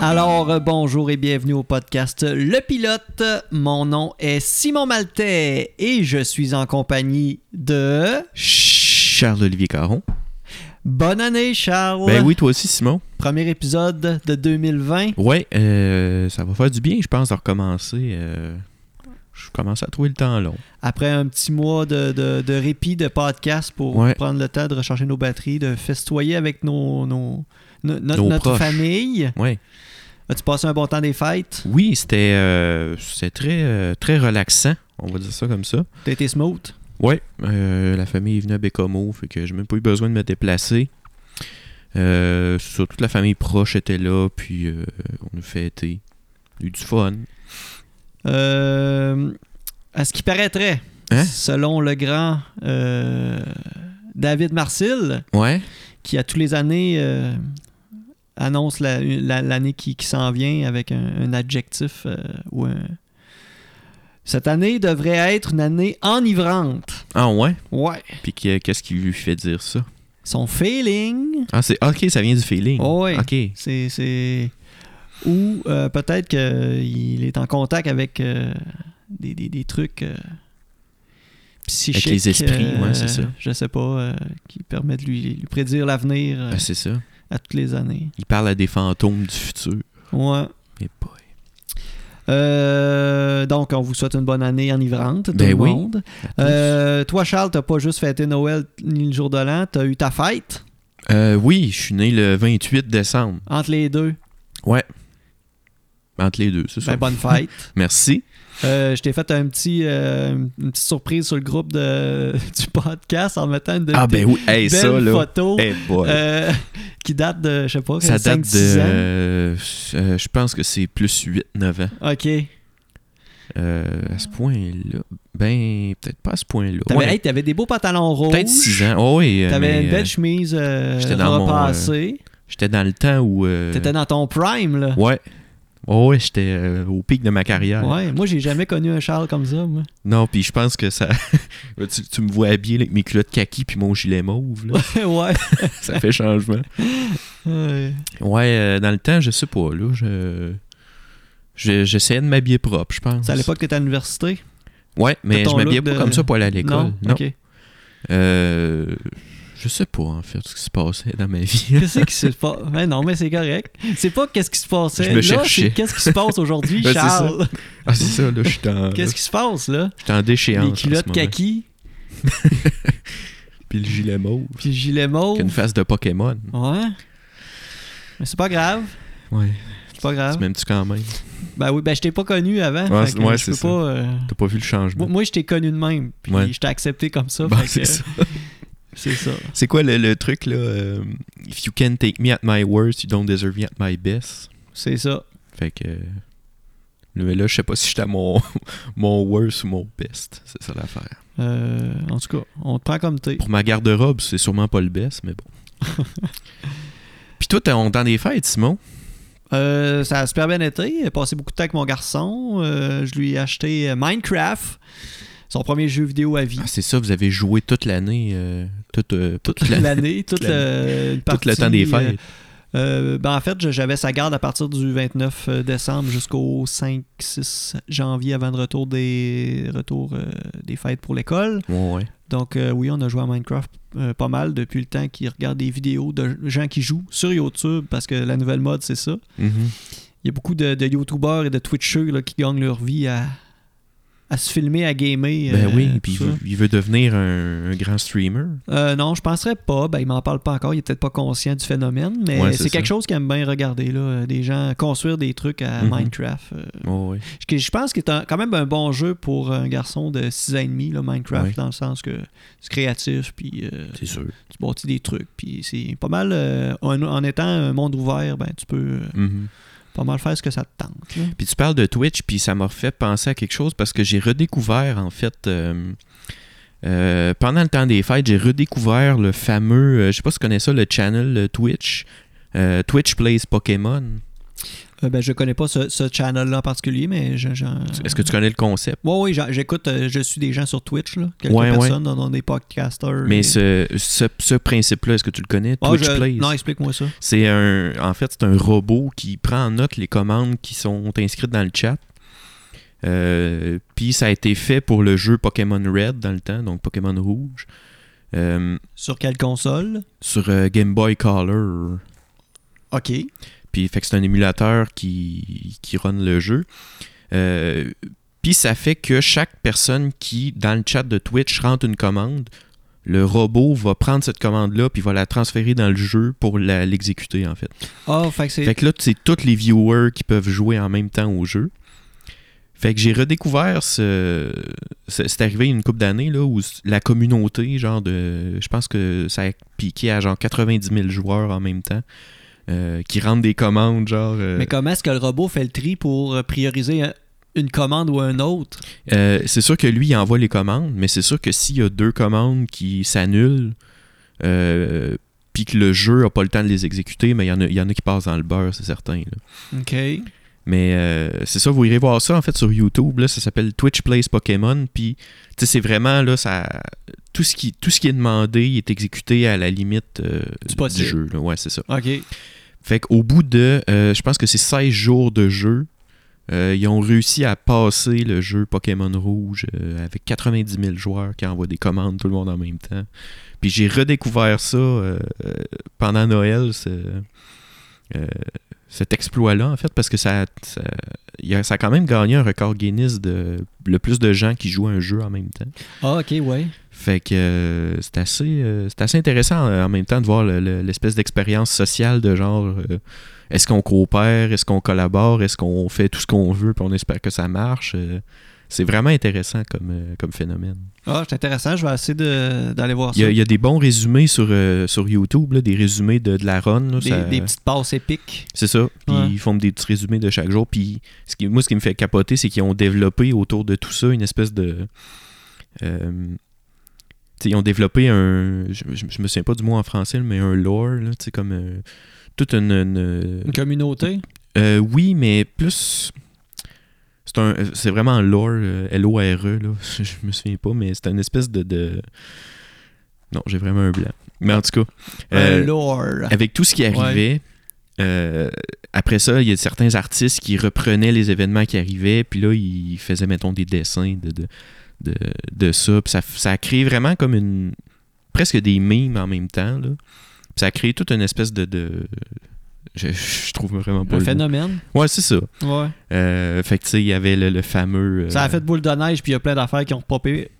Alors, euh, bonjour et bienvenue au podcast Le Pilote. Mon nom est Simon Maltais et je suis en compagnie de... Charles-Olivier Caron. Bonne année, Charles! Ben oui, toi aussi, Simon. Premier épisode de 2020. Ouais, euh, ça va faire du bien, je pense, de recommencer. euh, je commence à trouver le temps long. Après un petit mois de, de- de répit de podcast pour Ouais. prendre le temps de recharger nos batteries, de festoyer avec nos, nos- no- no- Nos notre proches. famille. Ouais. As-tu passé un bon temps des fêtes? Oui, c'était euh, c'était très, euh, très relaxant, on va dire ça comme ça. T'as été smooth? Ouais, euh, la famille est venue à Bécomo, fait que j'ai même pas eu besoin de me déplacer. Euh, c'est ça, toute la famille proche était là, puis euh, on a fêté. Eu du fun. Euh, à ce qui paraîtrait, Hein? selon le grand euh, David Marcil, Ouais. qui à tous les années euh, annonce la- la- l'année qui, qui s'en vient avec un, un adjectif euh, ou un- Cette année devrait être une année enivrante. Ah ouais? Ouais. Puis que- qu'est-ce qui lui fait dire ça? Son feeling, Ah, c'est. Ok, ça vient du feeling. Oh oui. Ok. c'est. c'est- Ou euh, peut-être qu'il est en contact avec euh, des, des- des trucs euh, psychiques. les esprits, ouais, c'est ça. Je sais pas, euh, qui permet de lui, lui prédire l'avenir euh, Ben, c'est ça. à toutes les années. Il parle à des fantômes du futur. Ouais. Eh boy. Euh, donc, on vous souhaite une bonne année enivrante, tout Ben le oui. monde. Euh, toi, Charles, t'as pas juste fêté Noël ni le jour de l'an, t'as eu ta fête Euh, oui, je suis né le 28 décembre. entre les deux. Entre les deux, c'est ça. Ben, bonne fête. Merci. Euh, je t'ai fait un petit, euh, une petite surprise sur le groupe de, du podcast en mettant une de Ah tes ben oui, hey, belles ça là. photos Eh boy. euh, qui date de, je sais pas, ça 5, date 6 de... ans. euh, euh, je pense que c'est plus 8-9 ans. Ok. Euh, à ce point-là... Ben, peut-être pas à ce point-là. Ah. T'avais, Ouais, hey, t'avais des beaux pantalons roses. peut-être 6 ans. Oh, oui, euh, T'avais mais, une euh, belle chemise euh, j'étais dans mon, repassée. J'étais dans le temps où... euh, T'étais dans ton prime, là. Ouais. Oh, ouais, j'étais euh, au pic de ma carrière. Ouais, moi j'ai jamais connu un Charles comme ça, moi. Non, puis je pense que ça... tu, tu me vois habillé là, avec mes culottes kaki puis mon gilet mauve. Là. ouais. ça fait changement. Ouais. Ouais, euh, dans le temps, je sais pas, là, je... je- J'essayais de m'habiller propre, je pense. C'est à l'époque que t'étais à l'université. Ouais, mais de ton je m'habillais look pas de- comme ça pour aller à l'école. Non, Non. ok. Euh, je sais pas, en fait, ce qui se passait dans ma vie. Qu'est-ce qui se passe Ben non, mais c'est correct. C'est pas qu'est-ce qui se passait. Je me là, cherchais. c'est qu'est-ce qui se passe aujourd'hui, Ben, c'est Charles ah, c'est ça, là, je suis en, Qu'est-ce qui se passe là je suis en déchéance. Les en ce culottes moment. kaki, Puis le gilet mauve. puis le gilet mauve. Avec une face de Pokémon. Ouais. Mais c'est pas grave, Ouais, c'est pas tu grave. m'aimes-tu quand même? Ben oui, ben je t'ai pas connu avant. Ouais, fait que ouais, je peux c'est ça. pas. euh, T'as pas vu le Moi, changement? moi, je t'ai connu de même, puis Ouais. je t'ai accepté comme ça. Bon, fait que- c'est ça. C'est ça. C'est quoi le, le truc, là? euh, If you can take me at my worst, you don't deserve me at my best. C'est ça. Fait que. euh, Mais là, je sais pas si j'étais à mon, mon worst ou mon best. C'est ça l'affaire. Euh, en tout cas, on te prend comme t'es. Pour ma garde-robe, c'est sûrement pas le best, mais bon. Puis toi, t'es on est dans des fêtes, Simon. Euh, ça a super bien été. J'ai passé beaucoup de temps avec mon garçon. Euh, je lui ai acheté euh, Minecraft, son premier jeu vidéo à vie. Ah, c'est ça, vous avez joué toute l'année. euh, toute, euh, toute Toute la- l'année, toute le, une tout le partie, temps des euh, fêtes. euh, ben en fait, je- j'avais sa garde à partir du 29 décembre jusqu'au 5-6 janvier avant le retour des, retour, euh, des fêtes pour l'école. Ouais, ouais. Donc euh, oui, on a joué à Minecraft euh, pas mal depuis le temps qu'il regarde des vidéos de gens qui jouent sur YouTube parce que la nouvelle mode, c'est ça. Mhm. Il y a beaucoup de, de YouTubers et de Twitchers là, qui gagnent leur vie à, à se filmer, à gamer. Ben euh, oui, tout puis il ça. veut, il veut devenir un, un grand streamer. Euh, non, je penserais pas. Ben, il m'en parle pas encore. Il est peut-être pas conscient du phénomène, mais Ouais, c'est c'est quelque ça. chose qu'il aime bien regarder. Là, euh, des gens construire des trucs à Mhm. Minecraft. euh, Ouais, ouais. que je pense qu'il est un- quand même un bon jeu pour un garçon de 6 ans et demi, là, Minecraft, Ouais. dans le sens que c'est créatif, puis euh, C'est sûr. tu bâtis des trucs. Puis c'est pas mal. euh, en, en étant un monde ouvert, ben, tu peux euh, Mhm. pas mal faire ce que ça te tente. là. Puis tu parles de Twitch, puis ça m'a refait penser à quelque chose parce que j'ai redécouvert, en fait, euh, euh, pendant le temps des fêtes, j'ai redécouvert le fameux, euh, je sais pas si tu connais ça, le channel euh, Twitch, euh, Twitch Plays Pokémon. Euh, ben, je connais pas ce, ce channel-là en particulier, mais je- j'en- Est-ce que tu connais le concept? Ouais, oui, j'en- j'écoute, euh, je suis des gens sur Twitch, là. Quelques Ouais, ouais. personnes, dont des podcasters. Mais et- ce, ce, ce principe-là, est-ce que tu le connais? Ah, Twitch je- Plays. Non, explique-moi ça. C'est un, en fait, c'est un robot qui prend en note les commandes qui sont inscrites dans le chat. Euh, Puis ça a été fait pour le jeu Pokémon Red dans le temps, donc Pokémon Rouge, Euh, Sur quelle console? sur euh, Game Boy Color. OK. Puis fait que c'est un émulateur qui, qui run le jeu. Euh, Puis ça fait que chaque personne qui, dans le chat de Twitch, rentre une commande, le robot va prendre cette commande-là puis va la transférer dans le jeu pour la- l'exécuter en fait. Ah, fait que c'est... Fait que là, c'est tous les viewers qui peuvent jouer en même temps au jeu. Fait que j'ai redécouvert ce. C'est c'est arrivé une couple d'années là où s- la communauté, genre de. Je pense que ça a piqué à genre 90 000 joueurs en même temps euh, qui rendent des commandes, genre. euh, Mais comment est-ce que le robot fait le tri pour euh, prioriser un- une commande ou un autre? euh, c'est sûr que lui, il envoie les commandes, mais c'est sûr que s'il y a deux commandes qui s'annulent, euh, puis que le jeu a pas le temps de les exécuter, mais il y en a, il y en a qui passent dans le beurre, c'est certain. là. OK. Mais euh, c'est ça, vous irez voir ça en fait sur YouTube. Là, ça s'appelle Twitch Plays Pokémon. Puis, tu sais, c'est vraiment là, ça, tout ce qui, tout ce qui est demandé est exécuté à la limite euh, Du du, possible. jeu. là. Ouais, c'est ça. OK. Fait qu'au bout de, euh, je pense que c'est 16 jours de jeu, euh, ils ont réussi à passer le jeu Pokémon Rouge euh, avec 90 000 joueurs qui envoient des commandes tout le monde en même temps. Puis j'ai redécouvert ça euh, euh, pendant Noël, ce, euh, cet exploit-là, en fait, parce que ça, ça, il y a- ça a quand même gagné un record Guinness de le plus de gens qui jouent à un jeu en même temps. Ah, OK, ouais. Fait que euh, c'est assez, euh, c'est assez intéressant euh, en même temps de voir le- le- l'espèce d'expérience sociale de genre euh, est-ce qu'on coopère, est-ce qu'on collabore, est-ce qu'on fait tout ce qu'on veut puis on espère que ça marche. euh, c'est vraiment intéressant comme, euh, comme phénomène. Ah, c'est intéressant. Je vais essayer de- d'aller voir Il y, ça. a, il y a des bons résumés sur, euh, sur YouTube, là, des résumés de, de la run. là, des, ça- des petites passes épiques. C'est ça. Puis Ouais. ils font des petits résumés de chaque jour. Puis ce qui, moi, ce qui me fait capoter, c'est qu'ils ont développé autour de tout ça une espèce de. euh, tu sais, ils ont développé un. Je, je- je me souviens pas du mot en français, mais un lore, là, tu sais, comme. euh, toute une. une- Une communauté. euh, oui, mais plus. C'est un- c'est vraiment un lore, euh, L-O-R-E, là. Je, je me souviens pas, mais c'est une espèce de. de- Non, j'ai vraiment un blanc. Mais en tout cas. un euh, lore. avec tout ce qui arrivait, euh, après ça, il y a certains artistes qui reprenaient les événements qui arrivaient, puis là, ils faisaient, mettons, des dessins de, de, de, de ça. Puis ça, ça a créé vraiment comme une. presque des mimes en même temps, là. Puis ça a créé toute une espèce de. de- je, je trouve vraiment pas. Un le mot. phénomène. Ouais, c'est ça. Ouais. Euh, fait que, tu sais, il y avait le, le fameux. euh, Ça a fait boule de neige, puis il y a plein d'affaires qui ont popé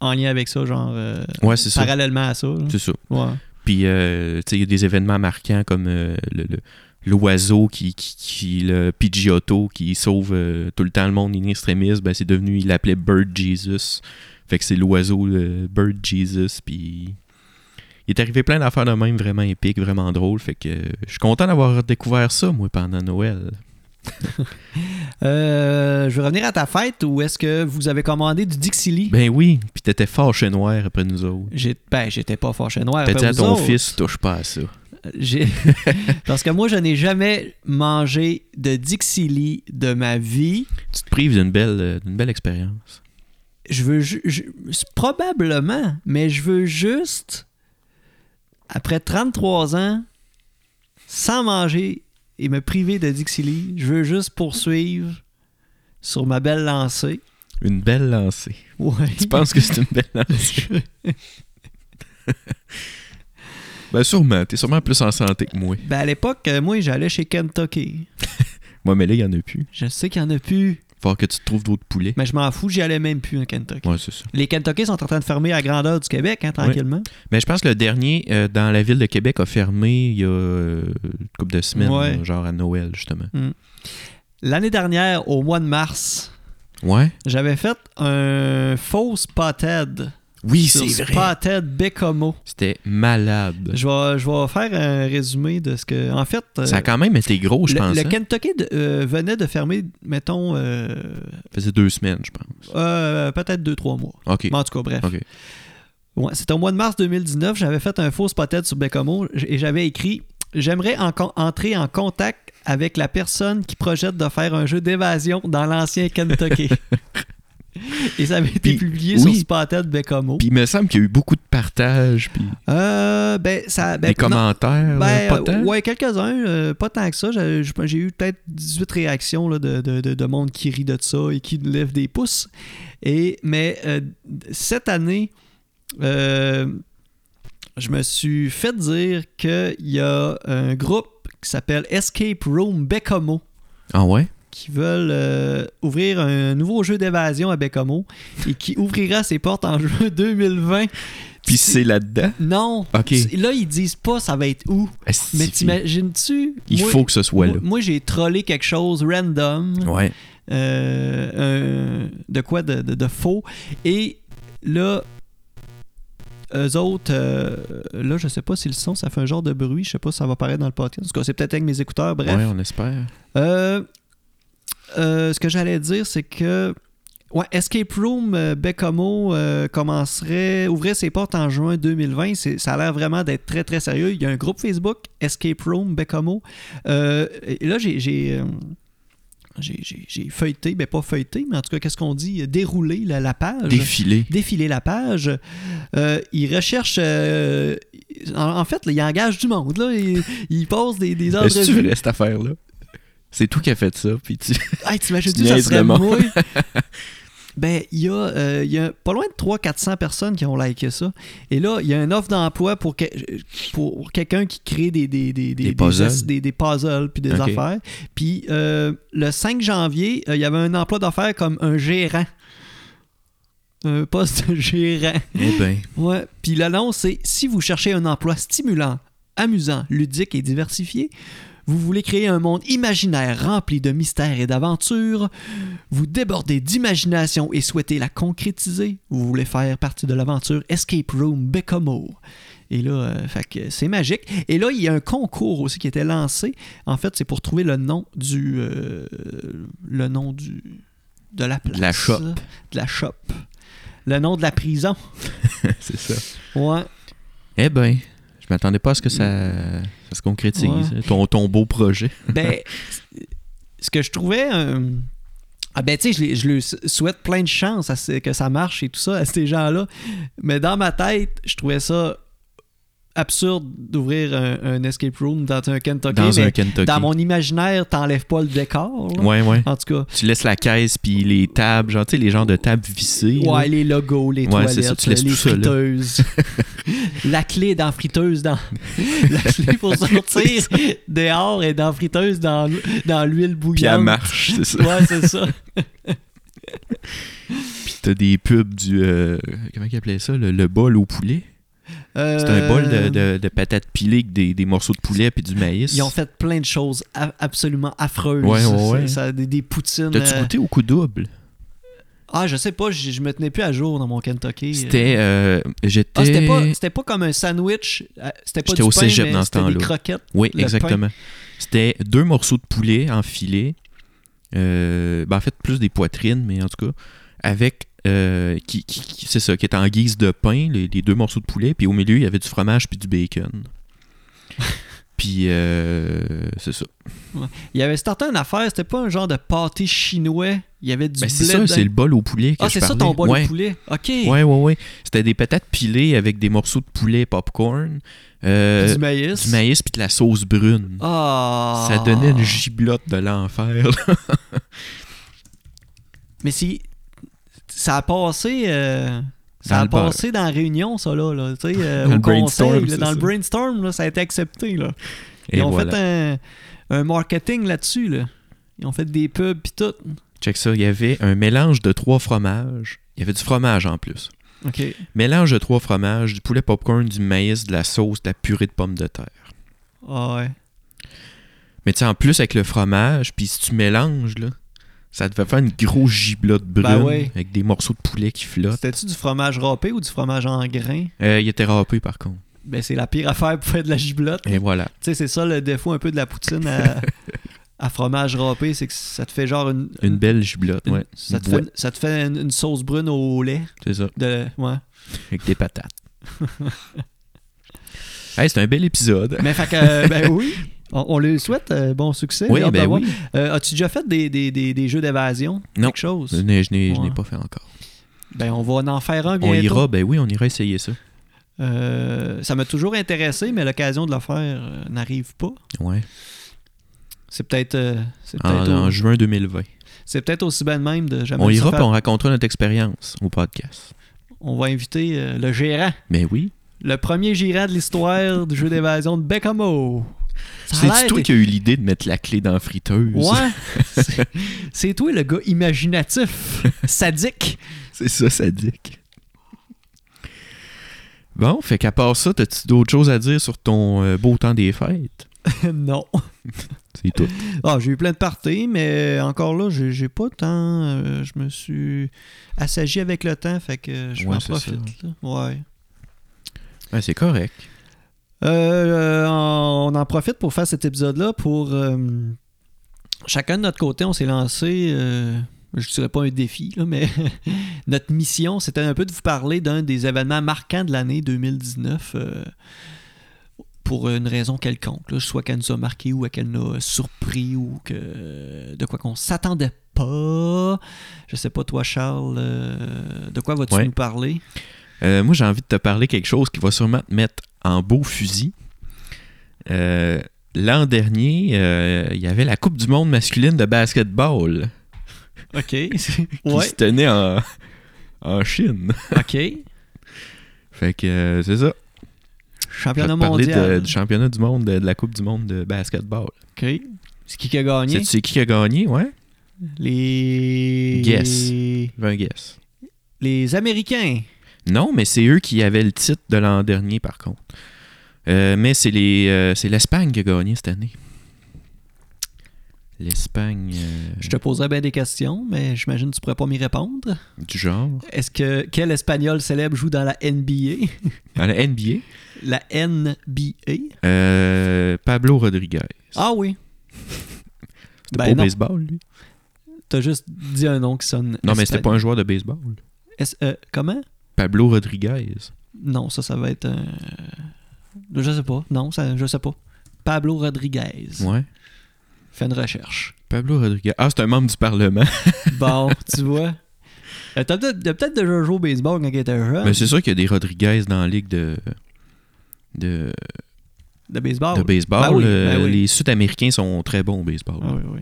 en lien avec ça, genre euh, Ouais, c'est ça. parallèlement à ça. là. C'est ça. Ouais. Puis, euh, tu sais, il y a des événements marquants comme euh, le- le- l'oiseau qui, qui, qui- le Pidgeotto, qui sauve euh, tout le temps le monde in extremis. Ben, c'est devenu, il l'appelait Bird Jesus. Fait que c'est l'oiseau, le Bird Jesus. Puis, il est arrivé plein d'affaires de même vraiment épiques, vraiment drôles. Fait que euh, je suis content d'avoir découvert ça, moi, pendant Noël. Euh, je vais revenir à ta fête où est-ce que vous avez commandé du Dixili? Ben oui, puis t'étais fort chez Noir après nous autres. J'ai- Ben, j'étais pas fâché noir. T'as après dit à vous ton autres. fils, touche pas à ça. J'ai- Parce que moi, je n'ai jamais mangé de Dixili de ma vie. Tu te prives d'une belle, euh, d'une belle expérience. Je veux ju- je- probablement, mais je veux juste après 33 ans sans manger et me priver de Dixili, je veux juste poursuivre sur ma belle lancée. Une belle lancée. Ouais. Tu penses que c'est une belle lancée? ben sûrement, t'es sûrement plus en santé que moi. Ben à l'époque, euh, moi j'allais chez Kentucky. Moi, mais là, il y en a plus. Je sais qu'il n'y en a plus, Faut que tu te trouves d'autres poulets. mais je m'en fous, j'y allais même plus en Kentucky. Ouais, c'est ça. Les Kentucky sont en train de fermer à grandeur du Québec, hein, tranquillement. Mais je pense que le dernier euh, dans la ville de Québec a fermé il y a euh, une couple de semaines, Ouais. là, genre à Noël, justement. L'année dernière, au mois de mars, Ouais? j'avais fait un faux spotted Oui, sur Spotted Bécomo. C'était malade. Je vais, je vais faire un résumé de ce que. En fait, euh, Ça a quand même été gros, je le, pense. le hein? Kentucky de- euh, venait de fermer, mettons, euh, Ça faisait deux semaines, je pense. euh, peut-être deux, trois mois. OK. Mais en tout cas, bref. OK. Ouais, C'était au mois de mars 2019. J'avais fait un faux spotted sur Bécomo et j'avais écrit J'aimerais en- entrer en contact avec la personne qui projette de faire un jeu d'évasion dans l'ancien Kentucky. Et ça avait été Puis, publié oui. sur Spotted Becomo. Puis il me semble qu'il y a eu beaucoup de partages, puis Euh, ben, ça, ben, des non, ben, commentaires, là, pas euh, tant. ouais, quelques-uns, euh, pas tant que ça. J'ai j'ai- j'ai eu peut-être 18 réactions là, de, de, de- de monde qui rit de ça et qui lève des pouces. Et, mais euh, cette année, euh, je me suis fait dire qu'il y a un groupe qui s'appelle Escape Room Becomo Ah ouais? qui veulent euh, ouvrir un nouveau jeu d'évasion à Becomo et qui ouvrira ses portes en juin 2020. Puis c'est là-dedans? Non. Ok. C'est- Là, ils disent pas ça va être où. Asti, Mais t'imagines-tu? Il moi- faut que ce soit là. Oh. Moi, moi, j'ai trollé quelque chose random, Ouais. euh, euh, de quoi de, de- de faux. Et là, eux autres, euh, là, je sais pas si le son, ça fait un genre de bruit, je sais pas si ça va paraître dans le podcast. En tout cas, c'est peut-être avec mes écouteurs, bref. Ouais, on espère. Euh, euh, ce que j'allais dire, c'est que ouais, Escape Room euh, Becomo euh, commencerait, ouvrait ses portes en juin 2020. C'est- Ça a l'air vraiment d'être très très sérieux. Il y a un groupe Facebook, Escape Room Becomo. Euh, et là, j'ai. j'ai, euh, j'ai- j'ai- j'ai feuilleté, mais pas feuilleté, mais en tout cas, qu'est-ce qu'on dit? Déroulé la, la page Défilé. défiler la page. Euh, il recherche. euh, en, en fait, là, il engage du monde. Là. Il, il pose des, des Est-ce que tu entrevues. verrais cette affaire-là? C'est toi qui as fait ça, puis tu... Hey, Tu t'imagines-tu, ça niaises serait le monde. moi? Ben, il y, a, euh, il y a pas loin de 300-400 personnes qui ont liké ça. Et là, il y a une offre d'emploi pour, que- pour quelqu'un qui crée des, des, des, Des puzzles. gestes- des- des puzzles puis des Ok. affaires. Puis euh, le 5 janvier, euh, il y avait un emploi d'affaires comme un gérant. Un poste de gérant. Eh ben, Ouais. Puis l'annonce, c'est si vous cherchez un emploi stimulant, amusant, ludique et diversifié, vous voulez créer un monde imaginaire rempli de mystères et d'aventures, vous débordez d'imagination et souhaitez la concrétiser, vous voulez faire partie de l'aventure Escape Room Becomo. Et là, euh, fait que c'est magique. Et là, il y a un concours aussi qui était lancé. En fait, c'est pour trouver le nom du. euh, le nom du. de la place. De la shop. De la shop. Le nom de la prison. c'est ça. Ouais. Eh ben, je m'attendais pas à ce que ça, ça se concrétise, hein, ton, ton beau projet. ben, ce que je trouvais. euh, ah ben, tu sais, je, les- je lui souhaite plein de chance à ce- que ça marche et tout ça à ces gens-là. Mais dans ma tête, je trouvais ça absurde d'ouvrir un, un escape room dans un Kentucky. dans mais un Kentucky. dans mon imaginaire, t'enlèves pas le décor. là. Ouais, ouais. En tout cas, Tu laisses la caisse, puis les tables, genre, tu sais, les genres de tables vissées. là. ouais, les logos, les Ouais, c'est ça, toilettes, tu laisses les tout ça, là. friteuses. la clé dans friteuse dans. la clé pour sortir dehors et dans friteuse dans, dans l'huile Puis elle bouillante. marche, c'est ça. Ouais, c'est ça. Puis t'as des pubs du. euh, comment ils appelaient ça Le, le bol au poulet. C'est un Euh, bol de, de- de patates pilées, avec des, des morceaux de poulet puis du maïs. Ils ont fait plein de choses a- absolument affreuses. Ouais, ouais, ouais. C'est- ça, des, des poutines. T'as-tu euh, goûté au coup double Ah, je sais pas, je, je me tenais plus à jour dans mon Kentucky. C'était. euh, Ah, J'étais. c'était pas, c'était pas comme un sandwich. euh, C'était pas J'étais du au pain, cégep mais dans ce c'était des temps-là. croquettes. Oui, Le exactement. C'était deux morceaux de poulet en filet. Euh, ben en fait, plus des poitrines, mais en tout cas, avec. euh, qui, qui- qui- c'est ça, qui était en guise de pain, les, les deux morceaux de poulet, puis au milieu, il y avait du fromage puis du bacon. puis, euh, c'est ça. Il y avait starté une affaire, c'était pas un genre de pâté chinois. Il y avait du Ben, c'est blé ça, dedans. c'est le bol au poulet que Ah, je c'est ça parlais. ton bol Ouais. de poulet. Ok. Ouais, ouais, ouais. C'était des patates pilées avec des morceaux de poulet popcorn, euh, du maïs. du maïs puis de la sauce brune. Ah. Ça donnait une giblotte de l'enfer. là. Mais si. Ça a passé. euh, Ça Dans a le bar. passé dans la réunion, ça, là. là, tu sais, euh, Dans au le conseil, brainstorm, là, c'est dans le ça. brainstorm, là, ça a été accepté. Là. Et Ils ont voilà. fait un, un marketing là-dessus. Là. Ils ont fait des pubs pis tout. Check ça, il y avait un mélange de trois fromages. Il y avait du fromage en plus. OK. Mélange de trois fromages, du poulet popcorn, du maïs, de la sauce, de la purée de pommes de terre. Ah ouais. Mais tu sais, en plus avec le fromage, puis si tu mélanges, là, ça devait faire une grosse giblotte brune Ben ouais. avec des morceaux de poulet qui flottent. C'était-tu du fromage râpé ou du fromage en grains? Euh, il était râpé par contre. Ben, c'est la pire affaire pour faire de la giblotte. Et voilà. Tu sais, c'est ça le défaut un peu de la poutine à, à fromage râpé, c'est que ça te fait genre une... Une belle giblotte, une- ouais. Ça te, Ouais, fait, ça te fait une, une sauce brune au lait. C'est ça, De, ouais. avec des patates. Hey, c'est un bel épisode. Mais fait que, euh, ben oui, on, on lui souhaite euh, bon succès. Oui, j'ai hâte de ben voir. oui. Euh, As-tu déjà fait des, des, des, des jeux d'évasion Non. Euh. Quelque chose Je n'ai, je n'ai- je n'ai Ouais. pas fait encore. Ben, on va en faire un bientôt. On ira, ben oui, on ira essayer ça. Euh, ça m'a toujours intéressé, mais l'occasion de le faire euh, n'arrive pas. Ouais. C'est peut-être euh, c'est En, peut-être en au- juin 2020. c'est peut-être aussi bien de même de jamais Ah, On le ira puis faire. on racontera notre expérience au podcast. On va inviter euh, le gérant, Mais oui. le premier gérant de l'histoire du jeu d'évasion de Becamo. Ça a C'est l'air toi d'être- qui as eu l'idée de mettre la clé dans la friteuse. Ouais, c'est- c'est toi le gars imaginatif, sadique. C'est ça, sadique. Bon, fait qu'à part ça, t'as-tu d'autres choses à dire sur ton euh, beau temps des fêtes? non. C'est tout. Ah, j'ai eu plein de parties, mais encore là, j'ai, j'ai pas tant. euh, je me suis assagi avec le temps, fait que je Ouais, m'en c'est profite. là. Ouais. Ouais, c'est correct. Euh, euh, on en profite pour faire cet épisode-là pour. euh, chacun de notre côté, on s'est lancé. euh, je dirais pas un défi, là, mais notre mission, c'était un peu de vous parler d'un des événements marquants de l'année 2019 euh, pour une raison quelconque, là, soit qu'elle nous a marqué ou qu'elle nous a surpris ou que euh, de quoi qu'on s'attendait pas. Je sais pas toi, Charles, euh, de quoi vas-tu Ouais. nous parler Euh, moi, j'ai envie de te parler quelque chose qui va sûrement te mettre en beau fusil. Euh, L'an dernier, euh, il y avait la Coupe du monde masculine de basketball Ok. qui ouais. se tenait en, en Chine. Ok. Fait que euh, c'est ça. Je vais Championnat te parler de- mondial. du championnat du monde, de, de la Coupe du monde de basketball. OK. C'est qui qui a gagné? Sais-tu c'est qui a gagné, ouais? Les... Guess. J'avais Un guess. Les Américains. Non, mais c'est eux qui avaient le titre de l'an dernier, par contre. Euh, mais c'est les, euh, c'est l'Espagne qui a gagné cette année. L'Espagne euh, Je te poserai bien des questions, mais j'imagine que tu pourrais pas m'y répondre. du genre. Est-ce que quel Espagnol célèbre joue dans la NBA? Dans la NBA, la NBA? euh, Pablo Rodriguez. Ah oui. C'était pas ben au non, baseball, lui. t'as juste dit un nom qui sonne. Non, mais c'était espagnol. pas un joueur de baseball. Est-ce- euh, comment? Pablo Rodriguez. Non, ça, ça va être un... Je sais pas. Non, ça, je sais pas. Pablo Rodriguez. Ouais. Fais une recherche. Pablo Rodriguez. Ah, c'est un membre du Parlement. Bon, tu vois. Euh, T'as peut-être t'as peut-être déjà joué au baseball quand t'étais jeune. Mais c'est sûr qu'il y a des Rodriguez dans la ligue de. De, De baseball. de baseball. Ben oui, ben Euh, oui. Les Sud-Américains sont très bons au baseball. Ah oui, oui.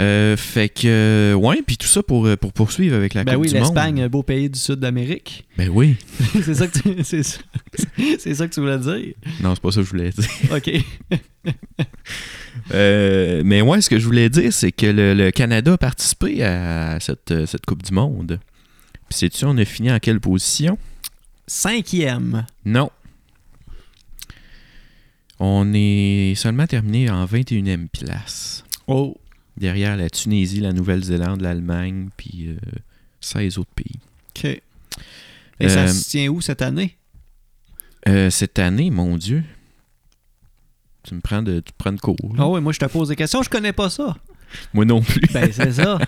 Euh, fait que, euh, ouais, puis tout ça pour, euh, pour poursuivre avec la Ben Coupe oui, du Monde. l'Espagne, un beau pays du sud d'Amérique. Ben oui. c'est ça que tu c'est ça, c'est ça que tu voulais dire. Non, c'est pas ça que je voulais dire. OK. Euh, mais ouais, ce que je voulais dire, c'est que le, le Canada a participé à cette, euh, cette Coupe du Monde. Puis sais-tu, on a fini en quelle position? Cinquième. Non. On est seulement terminé en 21e place. Oh. Derrière la Tunisie, la Nouvelle-Zélande, l'Allemagne, puis euh, 16 autres pays. OK. Et ça Euh, se tient où cette année? Euh, cette année, mon Dieu. Tu me prends de, tu me prends de court. là. Ah oui, moi je te pose des questions, je connais pas ça. Moi non plus. Ben c'est ça.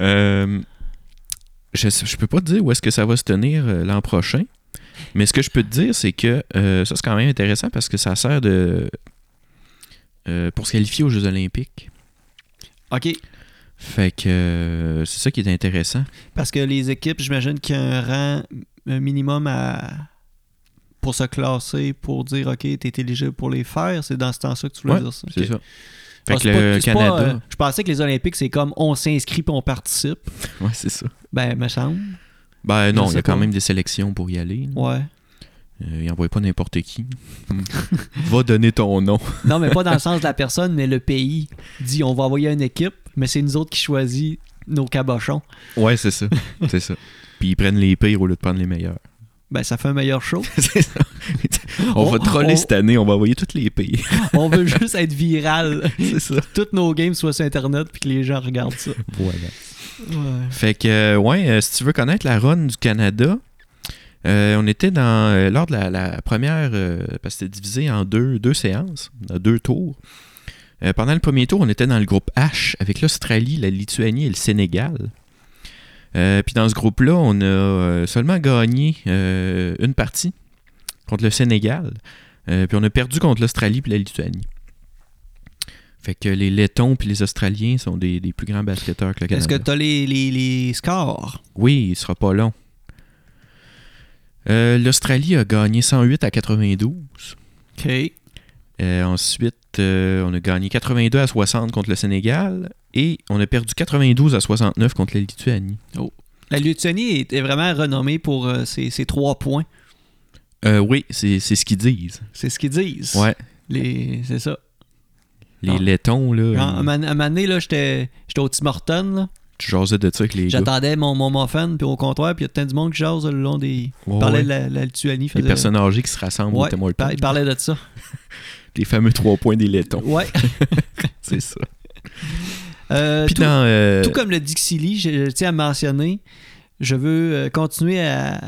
Euh, je ne peux pas te dire où est-ce que ça va se tenir euh, l'an prochain, mais ce que je peux te dire, c'est que euh, ça, c'est quand même intéressant parce que ça sert de. euh, pour se qualifier aux Jeux Olympiques. OK. Fait que euh, c'est ça qui est intéressant. Parce que les équipes, j'imagine qu'il y a un rang un minimum à pour se classer, pour dire OK, t'es éligible pour les faire. C'est dans ce temps-là que tu voulais Ouais, dire ça. C'est OK. ça. Ah, Fait que c'est le pas- c'est pas, Canada. euh, je pensais que les Olympiques, c'est comme on s'inscrit puis on participe. Ouais, c'est ça. Ben, me semble. Ben non, sais il y a quand pas. même des sélections pour y aller. là. Ouais. Euh, ils n'envoient pas n'importe qui. Va donner ton nom. Non, mais pas dans le sens de la personne, mais le pays dit on va envoyer une équipe, mais c'est nous autres qui choisit nos cabochons. Ouais, c'est ça. c'est ça. Puis ils prennent les pires au lieu de prendre les meilleurs. Ben, ça fait un meilleur show. C'est ça. on, On- va troller on- cette année, on va envoyer toutes les pays. On veut juste être viral. c'est ça. Toutes nos games soient sur Internet puis que les gens regardent ça. Voilà. Ouais. Fait que, euh, ouais, euh, si tu veux connaître la run du Canada, euh, on était dans, euh, lors de la, la première, euh, parce que c'était divisé en deux, deux séances, en deux tours. Euh, pendant le premier tour, on était dans le groupe H avec l'Australie, la Lituanie et le Sénégal. Euh, Puis dans ce groupe-là, on a euh, seulement gagné euh, une partie. contre le Sénégal. Euh, puis on a perdu contre l'Australie puis la Lituanie. Fait que les Lettons puis les Australiens sont des, des plus grands basketteurs que le Est-ce Canada. que tu as les, les- les scores? Oui, il sera pas long. Euh, L'Australie a gagné 108 à 92. OK. Euh, ensuite, euh, on a gagné 82 à 60 contre le Sénégal et on a perdu 92 à 69 contre la Lituanie. La Lituanie est, est vraiment renommée pour euh, ses, ses trois points. Euh, oui, c'est c'est ce qu'ils disent. C'est ce qu'ils disent. Ouais. Les- C'est ça. Les Ah. Lettons, là, Quand- à un ils- man- à un moment donné, là, j'étais j'étais au Tim Hortons, là. tu jasais de ça avec les gars. J'attendais mon, mon muffin, puis au comptoir, puis il y a tant du monde qui jase le long des... Ouais, Il parlait ouais. de la, la Lituanie. Les faisait- personnes âgées qui se rassemblent Ouais, au Tim Hortons. par- il parlait de ça. Les fameux trois points des Lettons. Ouais. C'est ça. Euh, Puis tout, dans, euh, tout comme le Dixili, je, je tiens à mentionner, je veux euh, continuer à,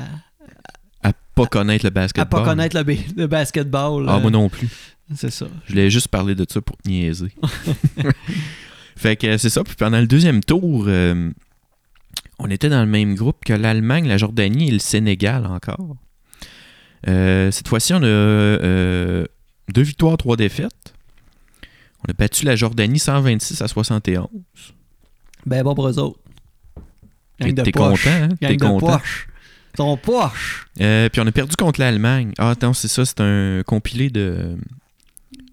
à pas connaître le à basketball. pas connaître le, ba- le basketball. Ah, euh, moi non plus. C'est ça. Je voulais juste parler de ça pour te niaiser. fait que euh, c'est ça. Puis pendant le deuxième tour, euh, on était dans le même groupe que l'Allemagne, la Jordanie et le Sénégal encore. Euh, cette fois-ci, on a euh, deux victoires, trois défaites. On a battu la Jordanie 126 à 71. Ben bon pour eux autres. T'es Gang de t'es poche. content, hein? Gang T'es de content. poche. Ton poche. Euh, puis on a perdu contre l'Allemagne. Ah, attends, c'est ça, c'est un compilé de,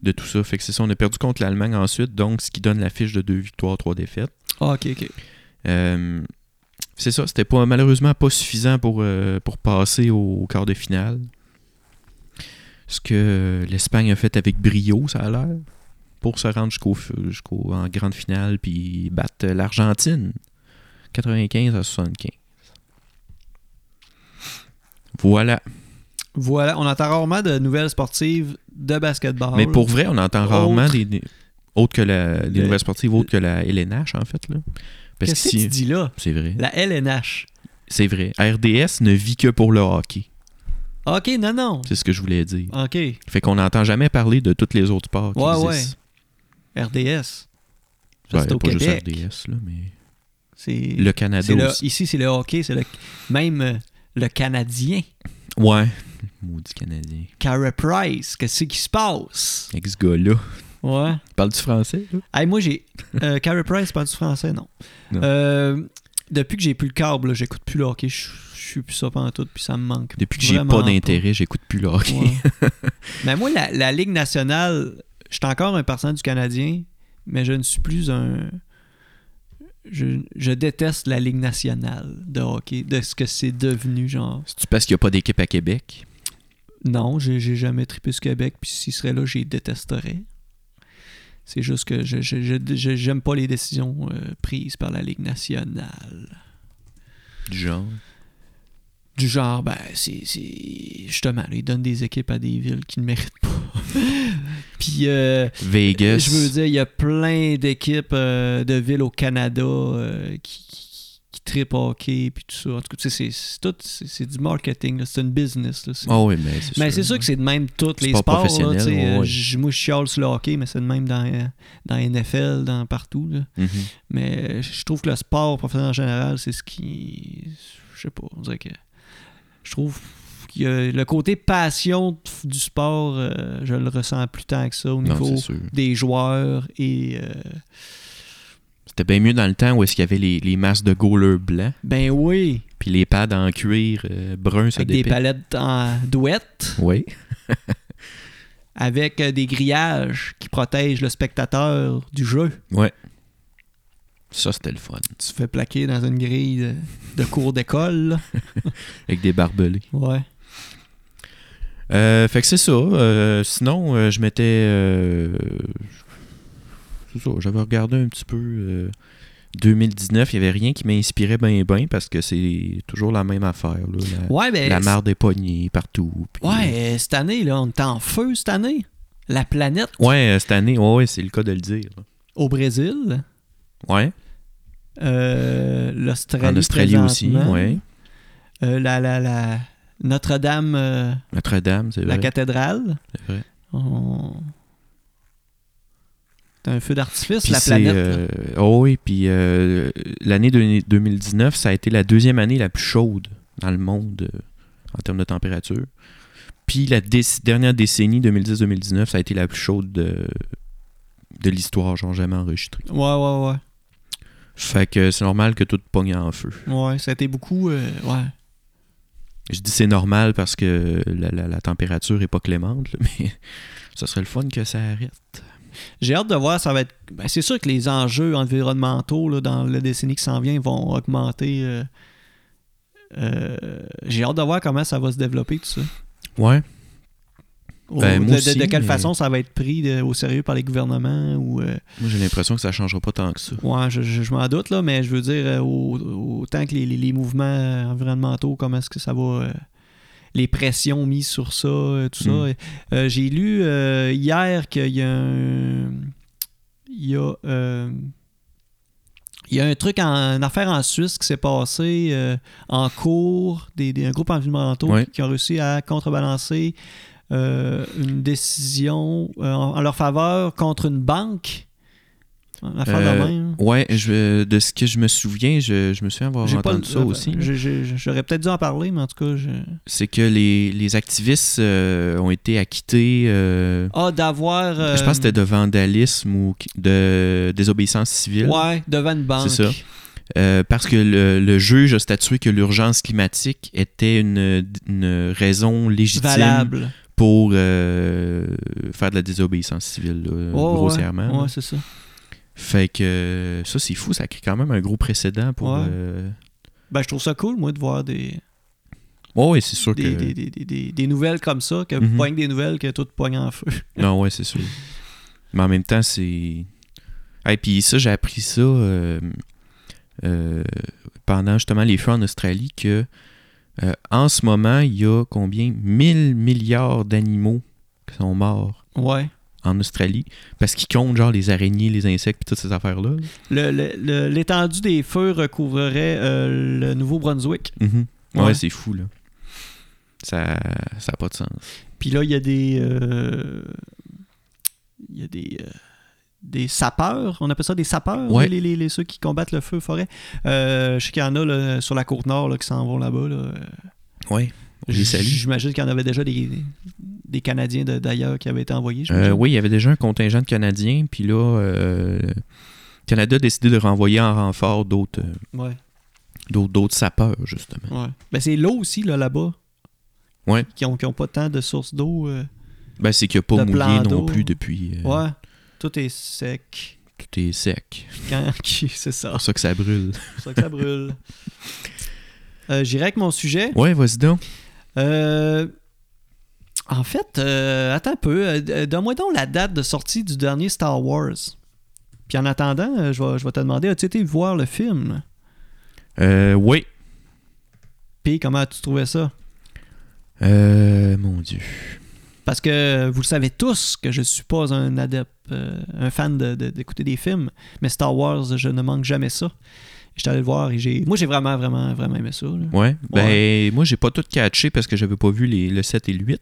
de tout ça. Fait que c'est ça, on a perdu contre l'Allemagne ensuite, donc ce qui donne la fiche de deux victoires, trois défaites. Ah, ok, ok. Euh, c'est ça, c'était pas, malheureusement pas suffisant pour, euh, pour passer au, au quart de finale. Ce que euh, l'Espagne a fait avec brio, ça a l'air, pour se rendre jusqu'au, f- jusqu'au- en grande finale puis battre l'Argentine 95 à 75. Voilà. Voilà, on entend rarement de nouvelles sportives de basketball. Mais pour vrai, on entend Autre- rarement des, des- autres que la, des Le- nouvelles sportives autres que la LNH, en fait. Là. Parce Qu'est-ce que si- tu dis là? C'est vrai. La LNH. C'est vrai. RDS ne vit que pour le hockey. Ok, non, non. C'est ce que je voulais dire. Ok. Fait qu'on n'entend jamais parler de tous les autres sports qui Ah. Ouais, existent. RDS. Ça, Ben, c'est au pas Québec. juste RDS, là, mais C'est... le C'est Canada le- aussi. ici, c'est le hockey, c'est le, même euh, le Canadien, Ouais. Maudit Canadien. Cara Price. Qu'est-ce qui se passe? Avec ce gars-là. Ouais. Parle du français, là? Hey, moi, j'ai. Euh, Cara Price, pas du français, non. Non. Euh, depuis que j'ai plus le câble, là, j'écoute plus le hockey. Je je suis plus ça pendant tout, puis ça me manque. Depuis que j'ai vraiment pas d'intérêt, j'écoute plus le hockey. Ouais. mais Ben, moi, la, la Ligue nationale, je suis encore un partisan du Canadien, mais je ne suis plus un. Je, je déteste la Ligue nationale de hockey, de ce que c'est devenu, genre. C'est-tu parce qu'il n'y a pas d'équipe à Québec? Non, j'ai j'ai jamais trippé ce Québec, puis s'il serait là, j'y détesterais. C'est juste que je je- je- je- j'aime pas les décisions euh, prises par la Ligue nationale. Du genre. Du genre, ben, c'est. c'est- Justement, là, ils donnent des équipes à des villes qui ne méritent pas. puis, euh, Vegas. je veux dire, il y a plein d'équipes euh, de villes au Canada euh, qui, qui, qui trippent hockey, puis tout ça. En tout cas, tu sais, c'est- c'est tout- c'est c'est du marketing, là, c'est une business. là, c'est- Ah oui, mais c'est Mais sûr. c'est sûr que c'est de même tous les Sport sports. là, professionnel, tu sais, ouais, euh, ouais. j- Moi, je chiale sur le hockey, mais c'est de même dans, euh, dans NFL, dans partout. là. Mhm. Mais euh, je trouve que le sport professionnel en général, c'est ce qui. Je sais pas, on dirait que. Je trouve que le côté passion f- du sport, euh, je le ressens plus tant que ça au Non, niveau c'est sûr. des joueurs et. euh, C'était bien mieux dans le temps où est-ce qu'il y avait les, les masses de goalers blancs, ben oui, puis les pads en cuir euh, brun, ça avec des dépend. palettes en douette. Oui. avec euh, des grillages qui protègent le spectateur du jeu. Ça, c'était le fun. Tu fais plaquer dans une grille de, de cours d'école. là. Avec des barbelés. Ouais. Euh, fait que c'est ça. Euh, sinon, euh, je m'étais. euh, c'est ça. J'avais regardé un petit peu. euh, 2019, il n'y avait rien qui m'inspirait bien, bien, parce que c'est toujours la même affaire. là, la Ouais, ben, la marre des poignées partout. puis- Ouais, euh, cette année, là, on est en feu cette année. La planète Ouais, euh, cette année, ouais, ouais, c'est le cas de le dire. au Brésil, Ouais. euh, l'Australie. En Australie aussi, présentement, ouais. euh, la, la, la Notre-Dame, euh, Notre-Dame, c'est la vrai. cathédrale. c'est vrai. On- C'est un feu d'artifice, Puis la c'est, planète. là. euh, oh oui, puis euh, l'année de- 2019, ça a été la deuxième année la plus chaude dans le monde euh, en termes de température. Puis la déc- dernière décennie, 2010-2019, ça a été la plus chaude de, de l'histoire, genre jamais enregistrée. Ouais, ouais, Fait que c'est normal que tout pogne en feu. ouais. Ouais, ça a été beaucoup. euh, ouais. Je dis c'est normal parce que la, la- la température est pas clémente, là, mais ça serait le fun que ça arrête. J'ai hâte de voir, ça va être. ben, c'est sûr que les enjeux environnementaux là, dans la décennie qui s'en vient vont augmenter. euh, euh, J'ai hâte de voir comment ça va se développer tout ça. Ouais. Au- Ben, de, moi de- de aussi, quelle mais- façon ça va être pris de- au sérieux par les gouvernements ou euh, Moi, j'ai l'impression que ça changera pas tant que ça. ouais, je, je- je m'en doute là, mais je veux dire euh, au- autant que les, les- les mouvements euh, environnementaux, comment est-ce que ça va euh, les pressions mises sur ça, euh, tout Mm. ça. Euh, J'ai lu euh, hier qu'il y a un il y a euh, il y a un truc en une affaire en Suisse qui s'est passé euh, en cours des, des un groupe environnementaux Ouais. qui, qui ont réussi à contrebalancer euh, une décision euh, en, en leur faveur contre une banque. Une affaire de Euh, même. Ouais, je- euh, de ce que je me souviens, je, je me souviens avoir J'ai entendu pas le- ça aussi. je- je- je- J'aurais peut-être dû en parler, mais en tout cas, je... C'est que les, les activistes euh, ont été acquittés. euh, Ah, d'avoir... euh, Je pense que c'était de vandalisme ou qui- de désobéissance civile. euh, Ouais, devant une banque. C'est ça. Euh, parce que le, le juge a statué que l'urgence climatique était une, une raison légitime Valable. pour euh, faire de la désobéissance civile, là, Ouais, ouais, grossièrement. là. Ouais, c'est ça. Fait que euh, ça, c'est fou, ça crée quand même un gros précédent pour. Ouais. euh, Ben, je trouve ça cool, moi, de voir des... ouais, ouais, c'est sûr des, que. des- des- des- des- des nouvelles comme ça, que Mhm. poigne des nouvelles, que tout poigne en feu. Non, ouais, c'est sûr. Mais en même temps, c'est. Et puis ça, j'ai appris ça euh, euh, pendant justement les feux en Australie que euh, en ce moment, il y a combien 1000 milliards d'animaux qui sont morts Ouais. en Australie parce qu'ils comptent genre les araignées, les insectes, puis toutes ces affaires-là. Le- le- le- L'étendue des feux recouvrerait euh, le Nouveau-Brunswick. Mhm. Ouais, Ouais. c'est fou, là. Ça n'a pas de sens. Puis là, il y a des. euh, Il y a des. euh, des sapeurs, on appelle ça des sapeurs, Ouais. les, les- les- ceux qui combattent le feu forêt. Euh, je sais qu'il y en a là, sur la côte nord là, qui s'en vont là-bas. là. Ouais. Les J- salue. J'imagine qu'il y en avait déjà des, des Canadiens de- d'ailleurs qui avaient été envoyés. Euh, j'imagine. oui, il y avait déjà un contingent de Canadiens, puis là, euh, Canada a décidé de renvoyer en renfort d'autres euh, Ouais. d'autres d'autres sapeurs, justement. Ouais. Ben, c'est l'eau aussi, là, là-bas. Ouais. Qui n'ont pas tant de sources d'eau. euh. Ben, c'est qu'il n'y a pas Le plan mouillé non d'eau. plus depuis. euh, Ouais. Tout est sec. Tout est sec. Quand... c'est C'est ça. pour ça que ça brûle. C'est pour ça que ça brûle. Euh, J'irai avec mon sujet. Ouais, vas-y donc. Euh, En fait, euh, attends un peu. Euh, d- euh, Donne-moi donc la date de sortie du dernier Star Wars. Puis en attendant, euh, je vais, je vais te demander, as-tu été voir le film? Euh, oui. Puis comment as-tu trouvé ça? Euh, mon Dieu. Parce que vous le savez tous que je suis pas un adepte, euh, un fan de- de- d'écouter des films, mais Star Wars, je ne manque jamais ça. J'étais allé le voir et j'ai. Moi, j'ai vraiment, vraiment, vraiment aimé ça. là. Ouais. Ben, moi, j'ai pas tout catché parce que j'avais pas vu les, le 7 et le 8.